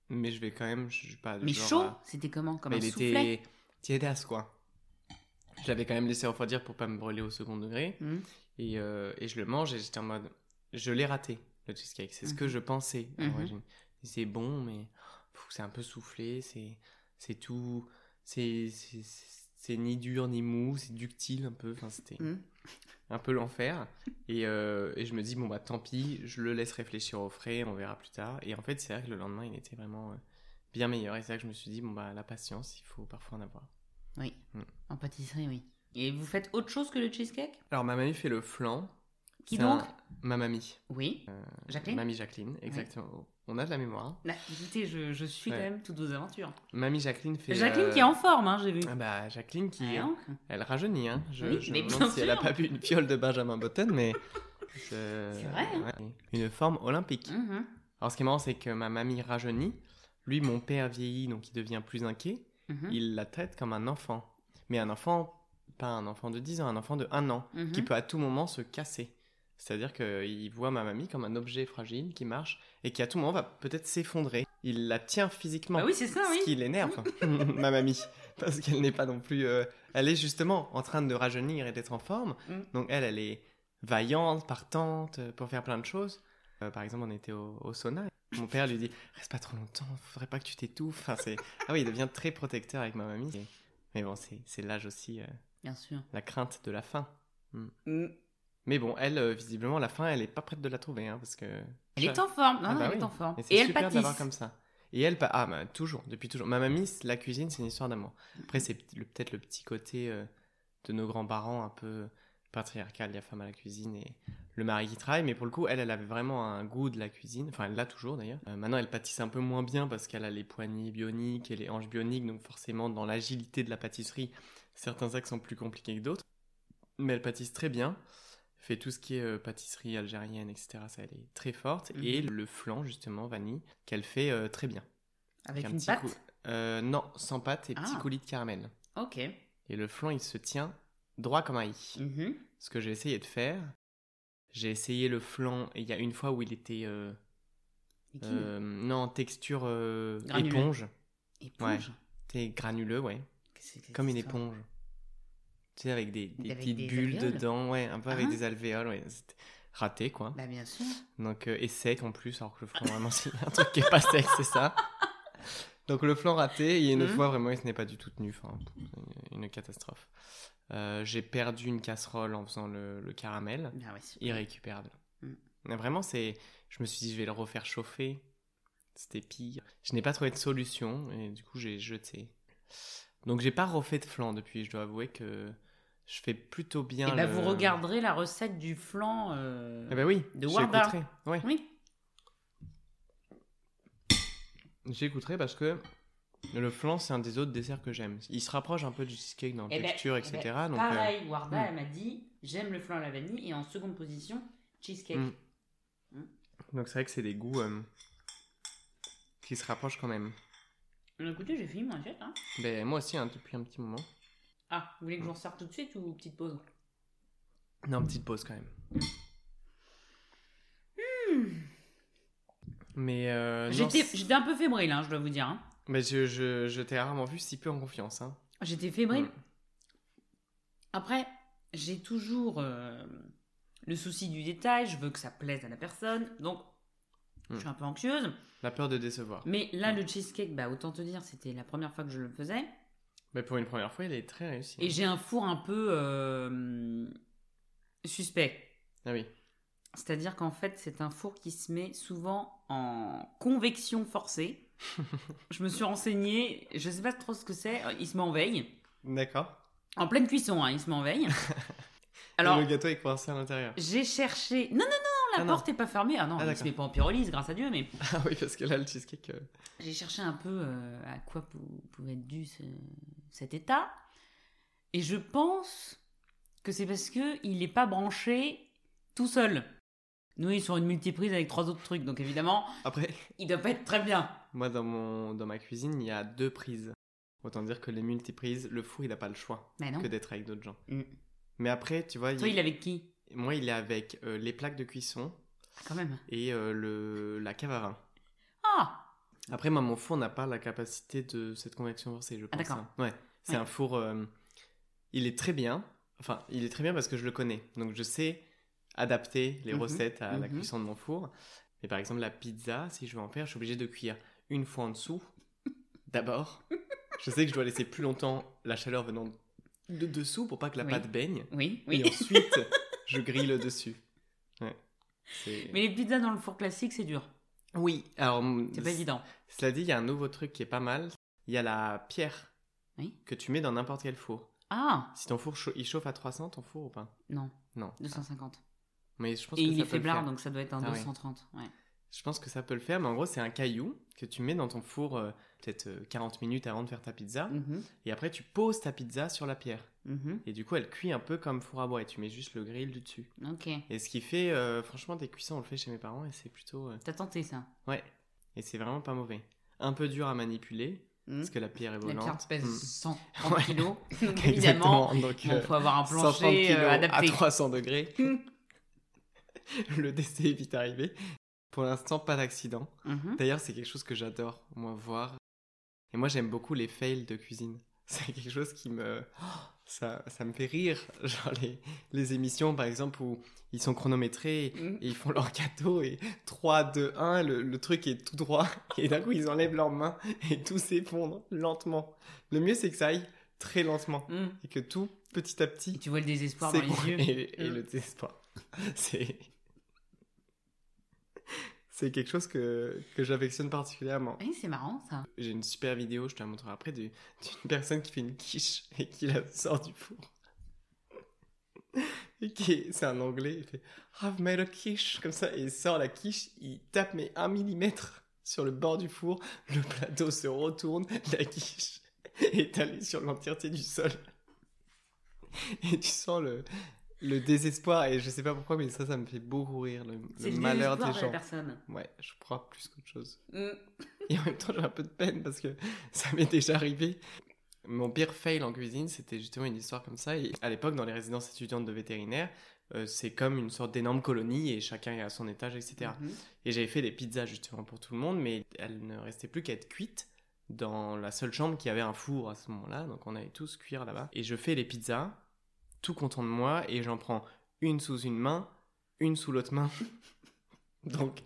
Mais je vais quand même, je suis pas du Mais genre chaud, à- c'était comment Comme mais un il soufflet était tiédasse, quoi. Je l'avais quand même laissé refroidir pour pas me brûler au second degré. Mm. Et, euh, et je le mange et j'étais en mode, je l'ai raté. le cheesecake. C'est ce que je pensais à Mhm. l'origine. C'est bon, mais pff, c'est un peu soufflé, c'est c'est tout, c'est c'est- c'est ni dur ni mou, c'est ductile un peu. Enfin, c'était Mhm. un peu l'enfer. Et, euh, et je me dis bon bah tant pis, je le laisse réfléchir au frais, on verra plus tard. Et en fait, c'est vrai que le lendemain, il était vraiment euh, bien meilleur. Et c'est là que je me suis dit bon bah la patience, il faut parfois en avoir. Oui. Mm. En pâtisserie, oui. Et vous faites autre chose que le cheesecake Alors ma mamie fait le flan. Qui C'est donc un- Euh, Ma mamie. Oui. Jacqueline Mamie Jacqueline, exactement. On a de la mémoire. Bah, Écoutez, je, je suis Ouais. quand même toutes vos aventures. Mamie Jacqueline fait. Jacqueline euh, qui est en forme, hein, j'ai vu. Ah bah, Jacqueline qui. Ah, donc. Elle rajeunit, hein. Je, Oui, je mais me bien demande si elle a sûr. pas bu une fiole de Benjamin Button, <laughs> mais. C'est vrai, hein. ouais. Une forme olympique. Mhm. Alors, ce qui est marrant, c'est que ma mamie rajeunit. Lui, mon père vieillit, donc il devient plus inquiet. Mhm. Il la traite comme un enfant. Mais un enfant, pas un enfant de 10 ans, un enfant de 1 an, Mhm. qui peut à tout moment se casser. C'est-à-dire qu'il voit ma mamie comme un objet fragile qui marche et qui à tout moment va peut-être s'effondrer. Il la tient physiquement Bah oui, c'est ça, oui. ce qui <laughs> l'énerve, <laughs> ma mamie, parce qu'elle n'est pas non plus. euh, elle est justement en train de rajeunir et d'être en forme. Mm. Donc elle, elle est vaillante, partante euh, pour faire plein de choses. Euh, par exemple, on était au, au sauna. Mon père lui dit reste pas trop longtemps, faudrait pas que tu t'étouffes. Enfin, c'est ah oui, il devient très protecteur avec ma mamie. Et- Mais bon, c'est c'est l'âge aussi, euh, Bien sûr. la crainte de la faim. Mm. Mais bon, elle, euh, visiblement, la faim, elle est pas prête de la trouver, hein, parce que Elle est en forme. Non, Ah non, bah elle est oui. en forme. et Et c'est elle super d'avoir pâtisse. comme ça. Et elle, pa- ah, bah, toujours, depuis toujours. Ma mamie, c- la cuisine, c'est une histoire d'amour. Après, c'est p- le- peut-être le petit côté euh, de nos grands-parents un peu patriarcal, il y a femme à la cuisine et le mari qui travaille. Mais pour le coup, elle, elle avait vraiment un goût de la cuisine. Enfin, elle l'a toujours d'ailleurs. Euh, maintenant, elle pâtisse un peu moins bien parce qu'elle a les poignets bioniques et les hanches bioniques. Donc, forcément, dans l'agilité de la pâtisserie, certains axes sont plus compliqués que d'autres. Mais elle pâtisse très bien. Fait tout ce qui est euh, pâtisserie algérienne, etc. Ça, elle est très forte. Mhm. Et le flan, justement, vanille, qu'elle fait euh, très bien. Avec Un une petit pâte. cou- Euh, non, sans pâte et petit Ah. coulis de caramel. Ok. Et le flan, il se tient droit comme un i. Mhm. Ce que j'ai essayé de faire, j'ai essayé le flan. et Il y a une fois où il était euh, Et qui euh, non texture euh, Granuleux. éponge, Éponge. c'est granuleux, ouais, Qu'est-ce que c'est que comme une cette histoire éponge. Tu sais avec des, des Avec petites des bulles alvéoles dedans, ouais, un peu avec Ah. des alvéoles, ouais. C'était raté quoi. Bah, bien sûr. Donc, euh, et sec en plus, alors que le flan, vraiment, c'est un truc qui est pas sec, c'est ça. Donc, le flan raté, et une Mhm. fois, vraiment, il se n'est pas du tout tenu. Enfin, une, une catastrophe. Euh, J'ai perdu une casserole en faisant le, le caramel. Bah, ouais, c'est- Irrécupérable. Mhm. Mais Vraiment, c'est. Je me suis dit, je vais le refaire chauffer. C'était pire. Je n'ai pas trouvé de solution, et du coup, j'ai jeté. Donc, j'ai pas refait de flan depuis. Je dois avouer que je fais plutôt Et bien. bah, le- vous regarderez la recette du flan. euh, Eh ben oui, de Warda. j'écouterai. Ouais. Oui. J'écouterai parce que le flan, c'est un des autres desserts que j'aime. Il se rapproche un peu du cheesecake dans la Eh ben, texture, eh etc. ben, donc, euh, pareil, Warda, hmm. elle m'a dit j'aime le flan à la vanille et en seconde position, cheesecake. Hmm. donc c'est vrai que c'est des goûts euh, qui se rapprochent quand même. Mais Euh, Écoutez, j'ai fini mon assiette. hein. Ben, moi aussi, hein, depuis un petit moment. Ah, vous voulez que je vous ressorte tout de suite ou petite pause Non, petite pause quand même. Hmm. Mais euh, non, J'étais c'est- j'étais un peu fébrile, hein, je dois vous dire. hein. Mais je, je, je t'ai rarement vu si peu en confiance. Hein. J'étais fébrile. Mm. Après, j'ai toujours euh, le souci du détail, je veux que ça plaise à la personne, donc je Mm. suis un peu anxieuse. La peur de décevoir. Mais là, le cheesecake, bah, autant te dire, c'était la première fois que je le faisais. Mais pour une première fois, il est très réussi. Et j'ai un four un peu euh, suspect. Ah oui. C'est-à-dire qu'en fait, c'est un four qui se met souvent en convection <laughs> forcée. je me suis renseignée, je sais pas trop ce que c'est, il se met en veille. D'accord. En pleine cuisson, hein, il se met en veille. <laughs> Alors, Et le gâteau est coincé à l'intérieur. j'ai cherché. Non, non, non, non, la Ah, non. porte n'est pas fermée. Ah non, Ah, il se d'accord. met pas en pyrolyse, grâce à Dieu, mais <laughs> Ah oui, parce que là, le cheesecake. euh, j'ai cherché un peu euh, à quoi pou- pouvait être dû ce- cet état. Et je pense que c'est parce que il n'est pas branché tout seul. Nous, ils sont une multiprise avec trois autres trucs, donc évidemment, Après, il doit pas être très bien. Moi, dans, mon, dans ma cuisine, il y a deux prises. Autant dire que les multiprises, le four, il n'a pas le choix Mais non. que d'être avec d'autres gens. Mm. Mais après, tu vois, il- Toi, il est avec qui moi, il est avec euh, les plaques de cuisson Ah, Quand même. et euh, le, la cave à vin. Ah Après, moi, mon four n'a pas la capacité de cette convection forcée, je pense. Ah, d'accord. hein. Ouais, c'est Ouais. un four... euh, il est très bien. Enfin, il est très bien parce que je le connais. Donc, je sais adapter les Mhm. recettes à la Mhm. cuisson de mon four. Mais par exemple, la pizza, si je veux en faire, je suis obligé de cuire une fois en <laughs> dessous. D'abord, je sais que je dois laisser plus longtemps la chaleur venant de dessous pour pas que la Oui. pâte baigne. Oui, Et oui. ensuite, je grille le dessus. Ouais. C'est- <laughs> Mais les pizzas dans le four classique, c'est dur. Oui, alors. C'est pas évident. Cela dit, il y a un nouveau truc qui est pas mal. Il y a la pierre Oui. que tu mets dans n'importe quel four. Ah, Si ton four chau- il chauffe à 300, ton four ou pas non, Non. 250. Mais je pense Et que il est ça peut le faiblard, faire. donc ça doit être un Ah oui. 230. Ouais. Je pense que ça peut le faire, mais en gros, c'est un caillou que tu mets dans ton four euh, peut-être euh, 40 minutes avant de faire ta pizza. Mhm, Et après, tu poses ta pizza sur la pierre. mhm. Et du coup, elle cuit un peu comme four à bois et tu mets juste le grill du dessus. Ok. Et ce qui fait, euh, franchement, des cuissons, on le fait chez mes parents et c'est plutôt. euh, T'as tenté ça Ouais. Et c'est vraiment pas mauvais. Un peu dur à manipuler Hmm. parce que la pierre est La volante. pierre pèse Hmm. <laughs> 130 Ouais. kilos. Donc, évidemment, <laughs> Exactement. Donc, il euh, faut avoir un 130 plancher kilos euh, à adapté. Hmm. <laughs> 300 degrés. le décès est vite arrivé. Pour l'instant, pas d'accident. Mhm. D'ailleurs, c'est quelque chose que j'adore, moi, voir. Et moi, j'aime beaucoup les fails de cuisine. <laughs> C'est quelque chose qui me... <gasps> Oh, Ça, ça me fait rire. <laughs> Genre les, les émissions, par exemple, où ils sont chronométrés et Mhm. ils font <laughs> leur gâteau et 3, 2, 1, le, le truc est tout droit. <laughs> Et d'un coup, ils enlèvent leurs mains et tout s'effondre lentement. Le mieux, c'est que ça aille très lentement. Mhm. Et que tout, petit à petit, Et tu vois le désespoir c'est dans les con- yeux. Et, et Mm. le désespoir. <laughs> C'est. C'est quelque chose que, que j'affectionne particulièrement. Ah Oui, c'est marrant ça. J'ai une super vidéo, je te la montrerai après, du- d'une personne qui fait une quiche et qui la sort du four. Et qui est- c'est un anglais, il fait I've made a quiche, comme ça, et il sort la quiche, il tape mais un millimètre sur le bord du four, le plateau se retourne, la quiche est étalée sur l'entièreté du sol. Et tu sens le, le désespoir, et je sais pas pourquoi, mais ça, ça me fait beaucoup rire, le, le C'est le désespoir malheur des de la gens. Hmm. personne. Ouais, je crois plus qu'autre chose. Mhm. Et en même temps, j'ai un peu de peine parce que ça m'est déjà arrivé. Mon pire fail en cuisine, c'était justement une histoire comme ça. Et à l'époque, dans les résidences étudiantes de vétérinaires, euh, c'est comme une sorte d'énorme colonie et chacun est à son étage, etc. Mhm. Et j'avais fait des pizzas justement pour tout le monde, mais elles ne restaient plus qu'à être cuites dans la seule chambre qui avait un four à ce moment-là. Donc on allait tous cuire là-bas. Et je fais les pizzas, tout content de moi, et j'en prends une sous une main, une sous l'autre main. <laughs> Donc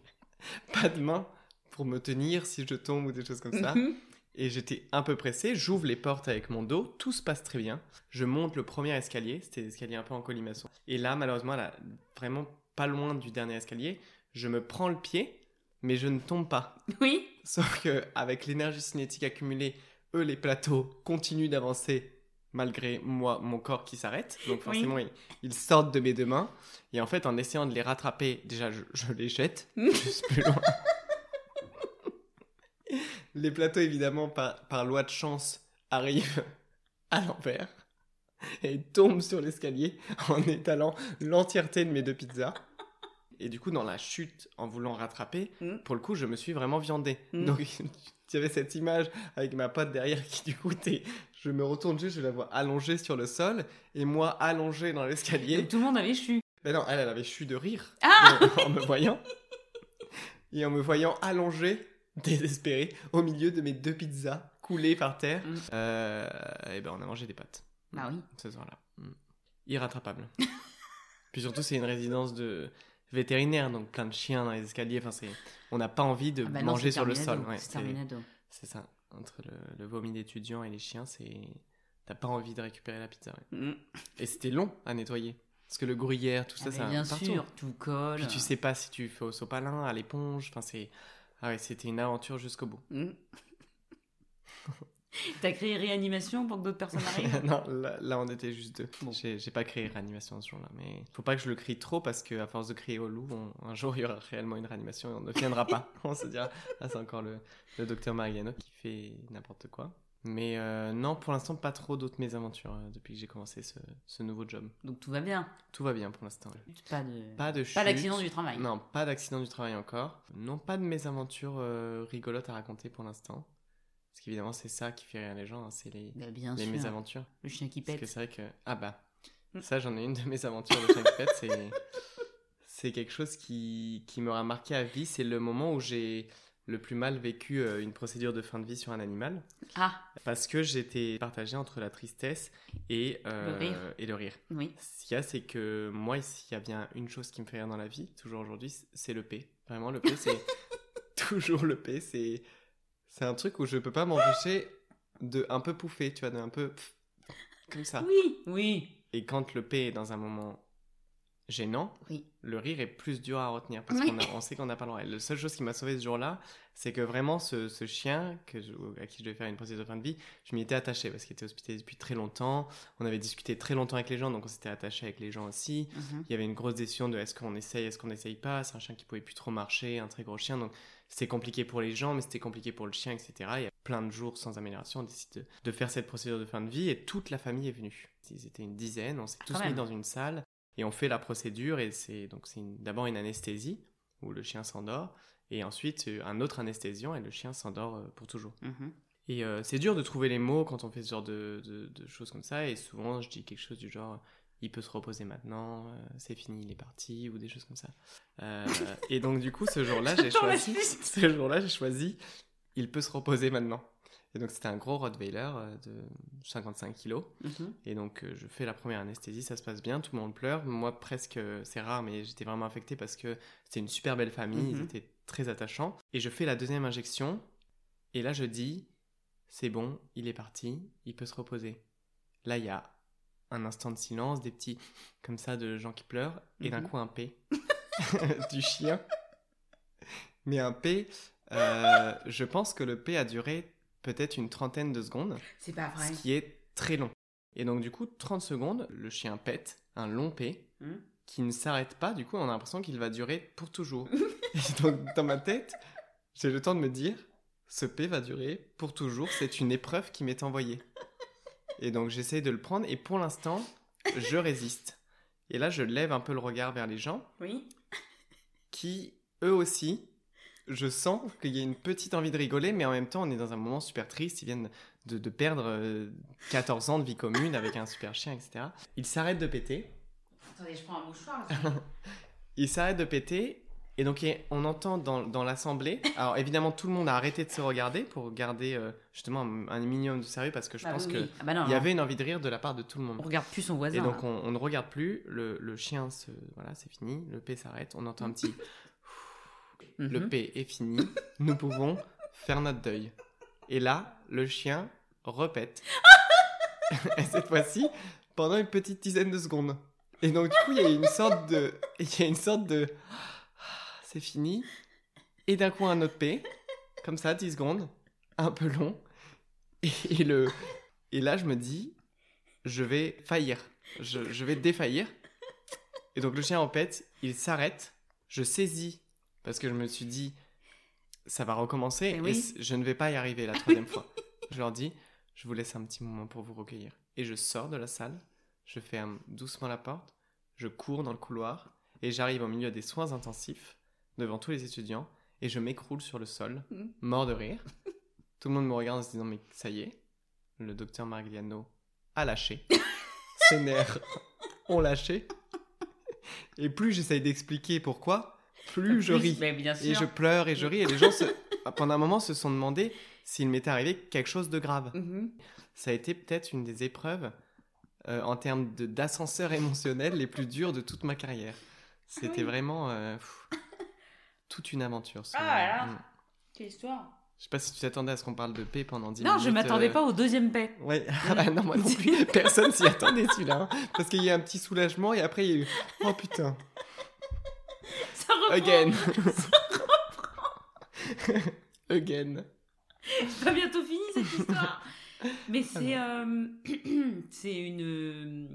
pas de main pour me tenir si je tombe ou des choses comme ça. Mhm. Et j'étais un peu pressé, j'ouvre les portes avec mon dos, tout se passe très bien. Je monte le premier escalier, c'était l'escalier un peu en colimaçon. Et là, malheureusement, là, vraiment pas loin du dernier escalier, je me prends le pied, mais je ne tombe pas. <laughs> Oui. Sauf que avec l'énergie cinétique accumulée, eux, les plateaux continuent d'avancer malgré moi, mon corps qui s'arrête. Donc forcément, ils, ils sortent de mes deux mains. Et en fait, en essayant de les rattraper, déjà, je, je les jette juste plus loin. les plateaux, évidemment, par, par loi de chance, arrivent à l'envers et tombent sur l'escalier <laughs> en étalant l'entièreté de mes deux pizzas. Et du coup, dans la chute, en voulant rattraper, Mm. pour le coup, je me suis vraiment viandé. Mm. Donc, <laughs> il y avait cette image avec ma pote derrière qui, du coup, t'es- je me retourne juste, je la vois allongée sur le sol et moi allongée dans <laughs> l'escalier. Donc, tout le monde avait chu. Ben non, elle, elle avait chu de rire Ah en, en me voyant. <laughs> Et en me voyant allongé, désespéré, au milieu de mes deux pizzas coulées par terre. Mm. Euh, et ben, on a mangé des pâtes. Bah oui. Ce soir-là. Mm. <laughs> Irrattrapable. Puis surtout, c'est une résidence de vétérinaire, donc plein de chiens dans les escaliers. Enfin, c'est... On n'a pas envie de Ah bah non, manger c'est sur le sol. Terminado, Ouais, c'est c'est... Terminado. c'est ça. Entre le, le vomi d'étudiants et les chiens, c'est... T'as pas envie de récupérer la pizza. ouais. Mhm. Et c'était long à nettoyer. Parce que le gruyère, tout Hmm. ça, Ah bah, ça bien partout. sûr, tout colle. Puis tu sais pas si tu fais au sopalin, à l'éponge. Enfin, c'est... Ah ouais, c'était une aventure jusqu'au bout. Mhm. <laughs> T'as créé réanimation pour que d'autres personnes <laughs> arrivent non, là, là, on était juste deux. Bon. J'ai j'ai pas créé réanimation ce jour-là, mais faut pas que je le crie trop parce que à force de crier au loup, on- un jour il y aura réellement une réanimation et on ne viendra pas. on se dira, ah, c'est encore le, le docteur Mariano qui fait n'importe quoi. Mais euh, non, pour l'instant, pas trop d'autres mésaventures euh, depuis que j'ai commencé ce, ce nouveau job. Donc tout va bien. Tout va bien pour l'instant. Pas de. Pas de chute. Pas d'accident du travail. Non, pas d'accident du travail encore. Non, pas de mésaventures euh, rigolotes à raconter pour l'instant. Parce qu'évidemment, c'est ça qui fait rire les gens, hein, c'est les, Bah, bien les sûr. mésaventures. Le chien qui Parce pète. que c'est vrai que. Ah bah. Mm. Ça, j'en ai une de mes aventures de chaque fête. <laughs> C'est, c'est quelque chose qui, qui m'aura marqué à vie. C'est le moment où j'ai le plus mal vécu euh, une procédure de fin de vie sur un animal Ah, parce que j'étais partagé entre la tristesse et, euh, Le rire. et le rire. oui. Ce qu'il y a, c'est que moi, s'il y a bien une chose qui me fait rire dans la vie, toujours aujourd'hui, c'est le P. Vraiment, le P, <laughs> c'est toujours le P. C'est c'est un truc où je peux pas m'empêcher de un peu pouffer, tu vois, d'un peu pff, comme ça. Oui, oui, Et quand le P est dans un moment gênant, oui. le rire est plus dur à retenir parce Oui. qu'on a- on sait qu'on n'a pas le droit. Et la seule chose qui m'a sauvé ce jour-là, c'est que vraiment ce, ce chien que je- à qui je devais faire une procédure de fin de vie, je m'y étais attaché parce qu'il était hospitalisé depuis très longtemps. On avait discuté très longtemps avec les gens, donc on s'était attaché avec les gens aussi. Mhm. Il y avait une grosse décision de est-ce qu'on essaye, est-ce qu'on n'essaye pas. C'est un chien qui pouvait plus trop marcher, un très gros chien, donc c'était compliqué pour les gens, mais c'était compliqué pour le chien, etc. Il y a plein de jours sans amélioration, on décide de, de faire cette procédure de fin de vie et toute la famille est venue. Ils étaient une dizaine, on s'est Ah, tous quand mis même. dans une salle et on fait la procédure et c'est donc c'est une- d'abord une anesthésie où le chien s'endort et ensuite euh, un autre anesthésiant et le chien s'endort euh, pour toujours. Mhm. Et euh, c'est dur de trouver les mots quand on fait ce genre de, de- de choses comme ça. Et souvent, je dis quelque chose du genre il peut se reposer maintenant, euh, c'est fini, il est parti, ou des choses comme ça. Euh, et donc, du coup, ce <laughs> jour-là, j'ai J'attends la choisi. suite. <laughs> Ce jour-là, j'ai choisi il peut se reposer maintenant. Et donc, c'était un gros Rottweiler euh, de 55 kilos. Mhm. Et donc, euh, je fais la première anesthésie, ça se passe bien, tout le monde pleure. Moi, presque, euh, c'est rare, mais j'étais vraiment affecté parce que c'était une super belle famille, ils Mhm. étaient très attachants. Et je fais la deuxième injection, et là, je dis c'est bon, il est parti, il peut se reposer. Là, il y a un instant de silence, des petits comme ça de gens qui pleurent, et d'un Mhm. coup, <laughs> un P <laughs> du chien. Mais un P, euh, je pense que le P a duré peut-être une trentaine de secondes C'est pas vrai. ce qui est très long. Et donc, du coup, 30 secondes, le chien pète, un long pet, Mhm. qui ne s'arrête pas, du coup, on a l'impression qu'il va durer pour toujours. Et donc, dans ma tête, j'ai le temps de me dire, ce pet va durer pour toujours, c'est une épreuve qui m'est envoyée. Et donc, j'essaye de le prendre, et pour l'instant, je résiste. Et là, je lève un peu le regard vers les gens, Oui. qui, eux aussi, je sens qu'il y a une petite envie de rigoler, mais en même temps, on est dans un moment super triste. Ils viennent de, de perdre euh, 14 ans de vie commune avec un super chien, etc. Ils s'arrêtent de péter. Attendez, je prends un <laughs> mouchoir. Ils s'arrêtent de péter. Et donc, et on entend dans, dans l'assemblée. Alors, évidemment, tout le monde a arrêté de se regarder pour garder euh, justement un, un minimum de sérieux parce que je pense qu'il Ah bah non, y non. avait une envie de rire de la part de tout le monde. On regarde plus son voisin. Et donc là. on, on ne regarde plus, le, le chien se... Voilà, c'est fini, le P s'arrête, on entend un petit... le Mhm. P est fini, nous pouvons faire notre deuil. Et là, le chien repète. Et cette fois-ci, pendant une petite dizaine de secondes. Et donc du coup, il y a une sorte de... Il y a une sorte de... ah, C'est fini. Et d'un coup, un autre P, comme ça, 10 secondes, un peu long. Et, et le... Et là, je me dis, je vais faillir. Je, je vais défaillir. Et donc le chien en pète, il s'arrête. Je saisis parce que je me suis dit, ça va recommencer Eh et, oui. c- je ne vais pas y arriver la troisième fois. Je leur dis, je vous laisse un petit moment pour vous recueillir. Et je sors de la salle, je ferme doucement la porte, je cours dans le couloir et j'arrive au milieu des soins intensifs devant tous les étudiants et je m'écroule sur le sol, Mm. mort de rire. Tout le monde me regarde en se disant, mais ça y est, le docteur Marigliano <laughs> a lâché. Ses nerfs ont lâché. Et plus j'essaye d'expliquer pourquoi, plus je ris. Mais bien sûr. Et je pleure et je ris. Et les gens, se- pendant un moment, se sont demandé s'il m'était arrivé quelque chose de grave. Mhm. Ça a été peut-être une des épreuves euh, en termes de- d'ascenseur émotionnel les plus dures de toute ma carrière. C'était Ah oui. vraiment euh, pff, toute une aventure. ce- Ah là là. Mm. Quelle histoire. Je sais pas si tu t'attendais à ce qu'on parle de paix pendant 10 Non, minutes. je m'attendais euh, pas au deuxième paix. Ouais, <laughs> ah bah non, moi non plus. Personne s'y attendait, celui-là. hein. Parce qu'il y a eu un petit soulagement et après, il y a eu Oh <laughs> putain, <laughs> Ça reprend. again. <laughs> again. C'est pas bientôt fini <laughs> cette histoire. Mais Ah c'est euh, <clears throat> c'est une euh,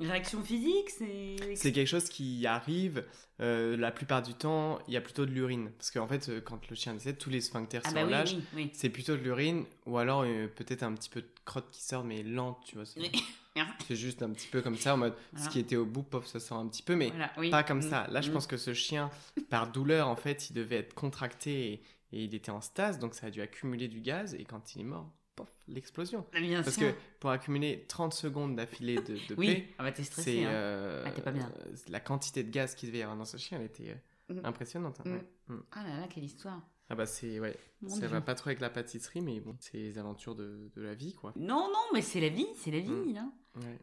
réaction physique, c'est C'est quelque chose qui arrive euh, la plupart du temps, il y a plutôt de l'urine. Parce qu'en fait, euh, quand le chien décède, tous les sphincters ah se bah oui, relâchent. oui, oui. C'est plutôt de l'urine ou alors euh, peut-être un petit peu de crotte qui sort, mais lente, tu vois. C'est Oui. <laughs> c'est juste un petit peu comme ça, en mode Voilà. ce qui était au bout, pop, ça sort un petit peu, mais Voilà, oui. pas comme Mm, ça. Là, je mm. pense que ce chien, par douleur, en fait, il devait être contracté et, et il était en stase, donc ça a dû accumuler du gaz. Et quand il est mort, pof, l'explosion. Ah, Bien Parce que sûr. pour accumuler 30 secondes d'affilée de, de paix, oui, ah bah t'es stressé. c'est hein. euh, Ah, t'es pas bien. euh, la quantité de gaz qu'il devait y avoir dans ce chien, elle était euh, Mm. impressionnante. hein, Mm. ouais. Mm. Ah là là, quelle histoire. Ah bah c'est ouais, Mon ça Dieu. va pas trop avec la pâtisserie, mais bon, c'est les aventures de, de la vie, quoi. Non, non, mais c'est la vie, c'est la vie, Mm. là. Ouais.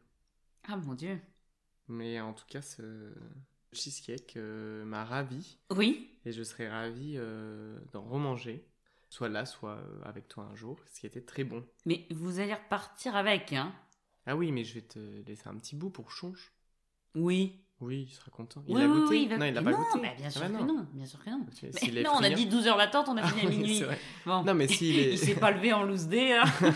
Ah mon Dieu. Mais en tout cas, ce cheesecake euh, m'a ravi Oui, et je serais ravi euh, d'en remanger, soit là, soit euh, avec toi un jour, ce qui était très bon. mais vous allez repartir avec, hein Ah oui, mais je vais te laisser un petit bout pour change. Oui. Oui, il sera content. Il oui, l'a oui, goûté oui, il va- Non, il l'a pas goûté. bah, bien Ah sûr bah que non, bien sûr que non. Parce que Mais <laughs> s'il est non, on a friand- dit 12 heures d'attente, on a Ah fini à oui, minuit. <laughs> c'est vrai. Bon. Non, <laughs> mais s'il Il <laughs> s'est est. pas levé en loose day, hein. là.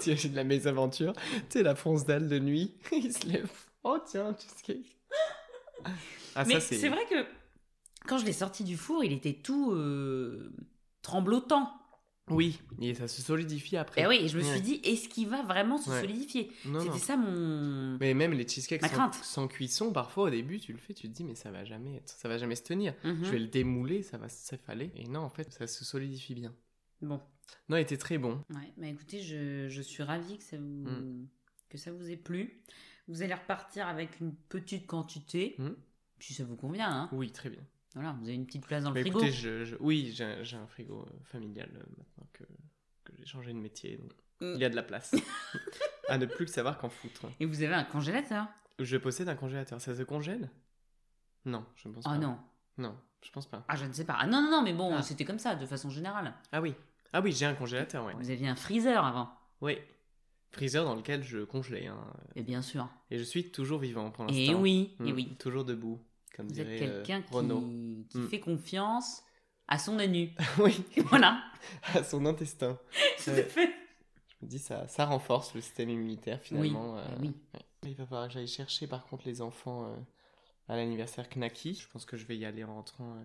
T'imagines la mésaventure. <laughs> Tu sais, la France dalle de nuit. <laughs> il se lève. Oh tiens, un cheesecake. Ah, mais ça, c'est c'est. vrai que quand je l'ai sorti du four, il était tout euh, tremblotant. Oui, et ça se solidifie après. Et Eh oui, et je me Ouais. suis dit, est-ce qu'il va vraiment se Ouais. solidifier Non, non. C'était ça mon. Mais même les cheesecakes Ma sans, crainte. sans cuisson, parfois au début, tu le fais, tu te dis, mais ça va jamais être, ça va jamais se tenir. Mhm. Je vais le démouler, ça va s'effaler. Et non, en fait, ça se solidifie bien. Bon, Non, il était très bon. ouais, bah écoutez, je, je suis ravie que ça vous Mm. que ça vous ait plu. Vous allez repartir avec une petite quantité, Mm. si ça vous convient. Hein. Oui, très bien. Voilà, vous avez une petite place dans le Bah, frigo. écoutez, je, je- oui, j'ai un- j'ai un frigo euh, familial euh, maintenant que, que j'ai changé de métier. donc Mm. Il y a de <laughs> la place. à ne plus que savoir qu'en foutre. Et vous avez un congélateur. Je possède un congélateur. Ça se congèle Non, je ne pense Oh pas. non. Non, je pense pas. Ah, je ne sais pas. Ah non, non, non, mais bon, Ah. c'était comme ça, de façon générale. Ah oui. Ah oui, j'ai un congélateur, ouais. Vous aviez un freezer avant. Oui. Freezer dans lequel je congelais. hein. Et bien sûr. Et je suis toujours vivant pour l'instant. Et Eh oui, Mm, et oui. Toujours debout, comme Vous dirait êtes euh, quelqu'un <laughs> Renaud. qui, qui Mm. fait confiance à son anu. oui, <laughs> voilà, à son intestin. tout à Ouais. fait. Je me dis, ça, ça renforce le système immunitaire finalement. Oui, euh, bah oui. ouais. Il va falloir que j'aille chercher par contre les enfants euh, à l'anniversaire Knaki. Je pense que je vais y aller en rentrant euh,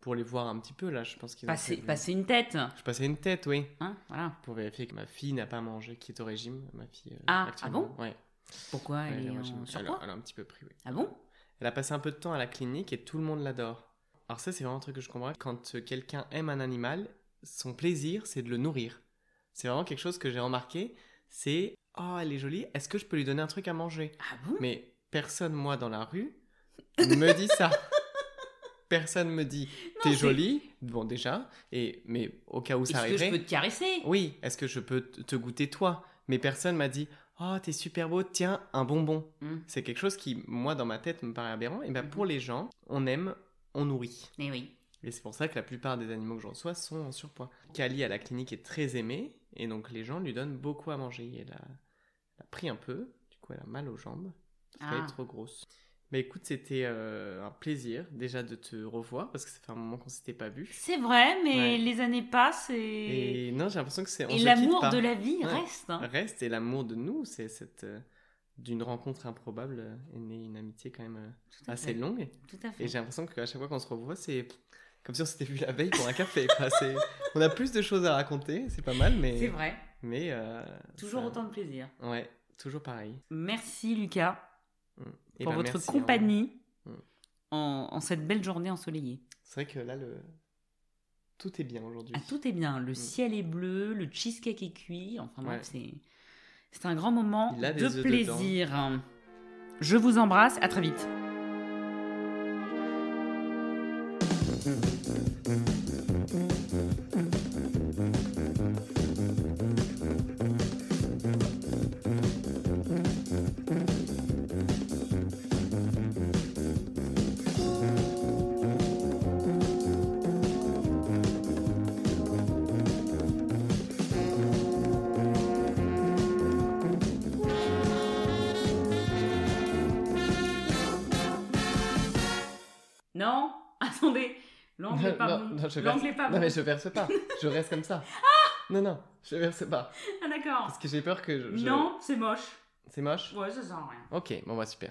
pour les voir un petit peu là. Je pense qu'ils ont Passer, prévu. passer une tête. Je passais une tête, oui. Hein, voilà. Pour vérifier que ma fille n'a pas mangé, qui est au régime, ma fille. euh, Ah, ah actuellement. bon Ouais, Pourquoi ouais, elle est au en régime. elle, a, surpoids elle a un petit peu pris, oui. Ah bon Elle a passé un peu de temps à la clinique et tout le monde l'adore. Alors ça, c'est vraiment un truc que je comprends. Quand euh, quelqu'un aime un animal, son plaisir, c'est de le nourrir. C'est vraiment quelque chose que j'ai remarqué. C'est « Oh, elle est jolie, est-ce que je peux lui donner un truc à manger Ah ?» bon Mais personne, moi, dans la rue, me dit <laughs> ça. Personne me dit « T'es c'est- jolie ?» Bon, déjà. Et, mais au cas où ça Est-ce que je arriverait... peux te caresser Oui, est-ce que je peux t- te goûter toi Mais personne m'a dit Oh, t'es super beau, tiens, un bonbon. Mm. C'est quelque chose qui, moi, dans ma tête, me paraît aberrant. Et ben, Mhm. pour les gens, on aime, on nourrit. Eh oui. Et c'est pour ça que la plupart des animaux que je reçois sont en surpoids. Kali à la clinique est très aimée, et donc les gens lui donnent beaucoup à manger. Elle a, elle a pris un peu, du coup, elle a mal aux jambes. parce qu'elle Ah. est trop grosse. Mais écoute, c'était euh, un plaisir déjà de te revoir, parce que ça fait un moment qu'on s'était pas vu. C'est vrai, mais Ouais. les années passent et, et, Et, non, j'ai l'impression que c'est. on se quitte l'amour pas. de la vie Ouais. reste. hein. reste et l'amour de nous, c'est cette euh, d'une rencontre improbable euh, est née une amitié quand même euh, Tout à assez fait. longue. Tout à Et fait. j'ai l'impression qu'à chaque fois qu'on se revoit, c'est comme si on s'était vu la veille pour un café. quoi. C'est- On a plus de choses à raconter, c'est pas mal, mais C'est vrai. mais euh, Toujours ça- autant de plaisir. Ouais, toujours pareil. Merci Lucas Et pour ben, votre merci, hein. compagnie Mm. en, en cette belle journée ensoleillée. C'est vrai que là le tout est bien aujourd'hui. Ah, tout est bien. Le Mm. ciel est bleu, le cheesecake est cuit. Enfin bref, Ouais. c'est c'est un grand moment Il a des de œufs plaisir. Je vous embrasse. À très vite. Non, attendez. L'angle est pas non, bon. non, je L'angle verse- est pas non, bon. mais je verse pas. Je reste comme ça. non non, je verse pas Ah d'accord. parce que j'ai peur que je, je- Non, c'est moche. c'est moche. Ouais, ça sent rien. Ok, bon bah super.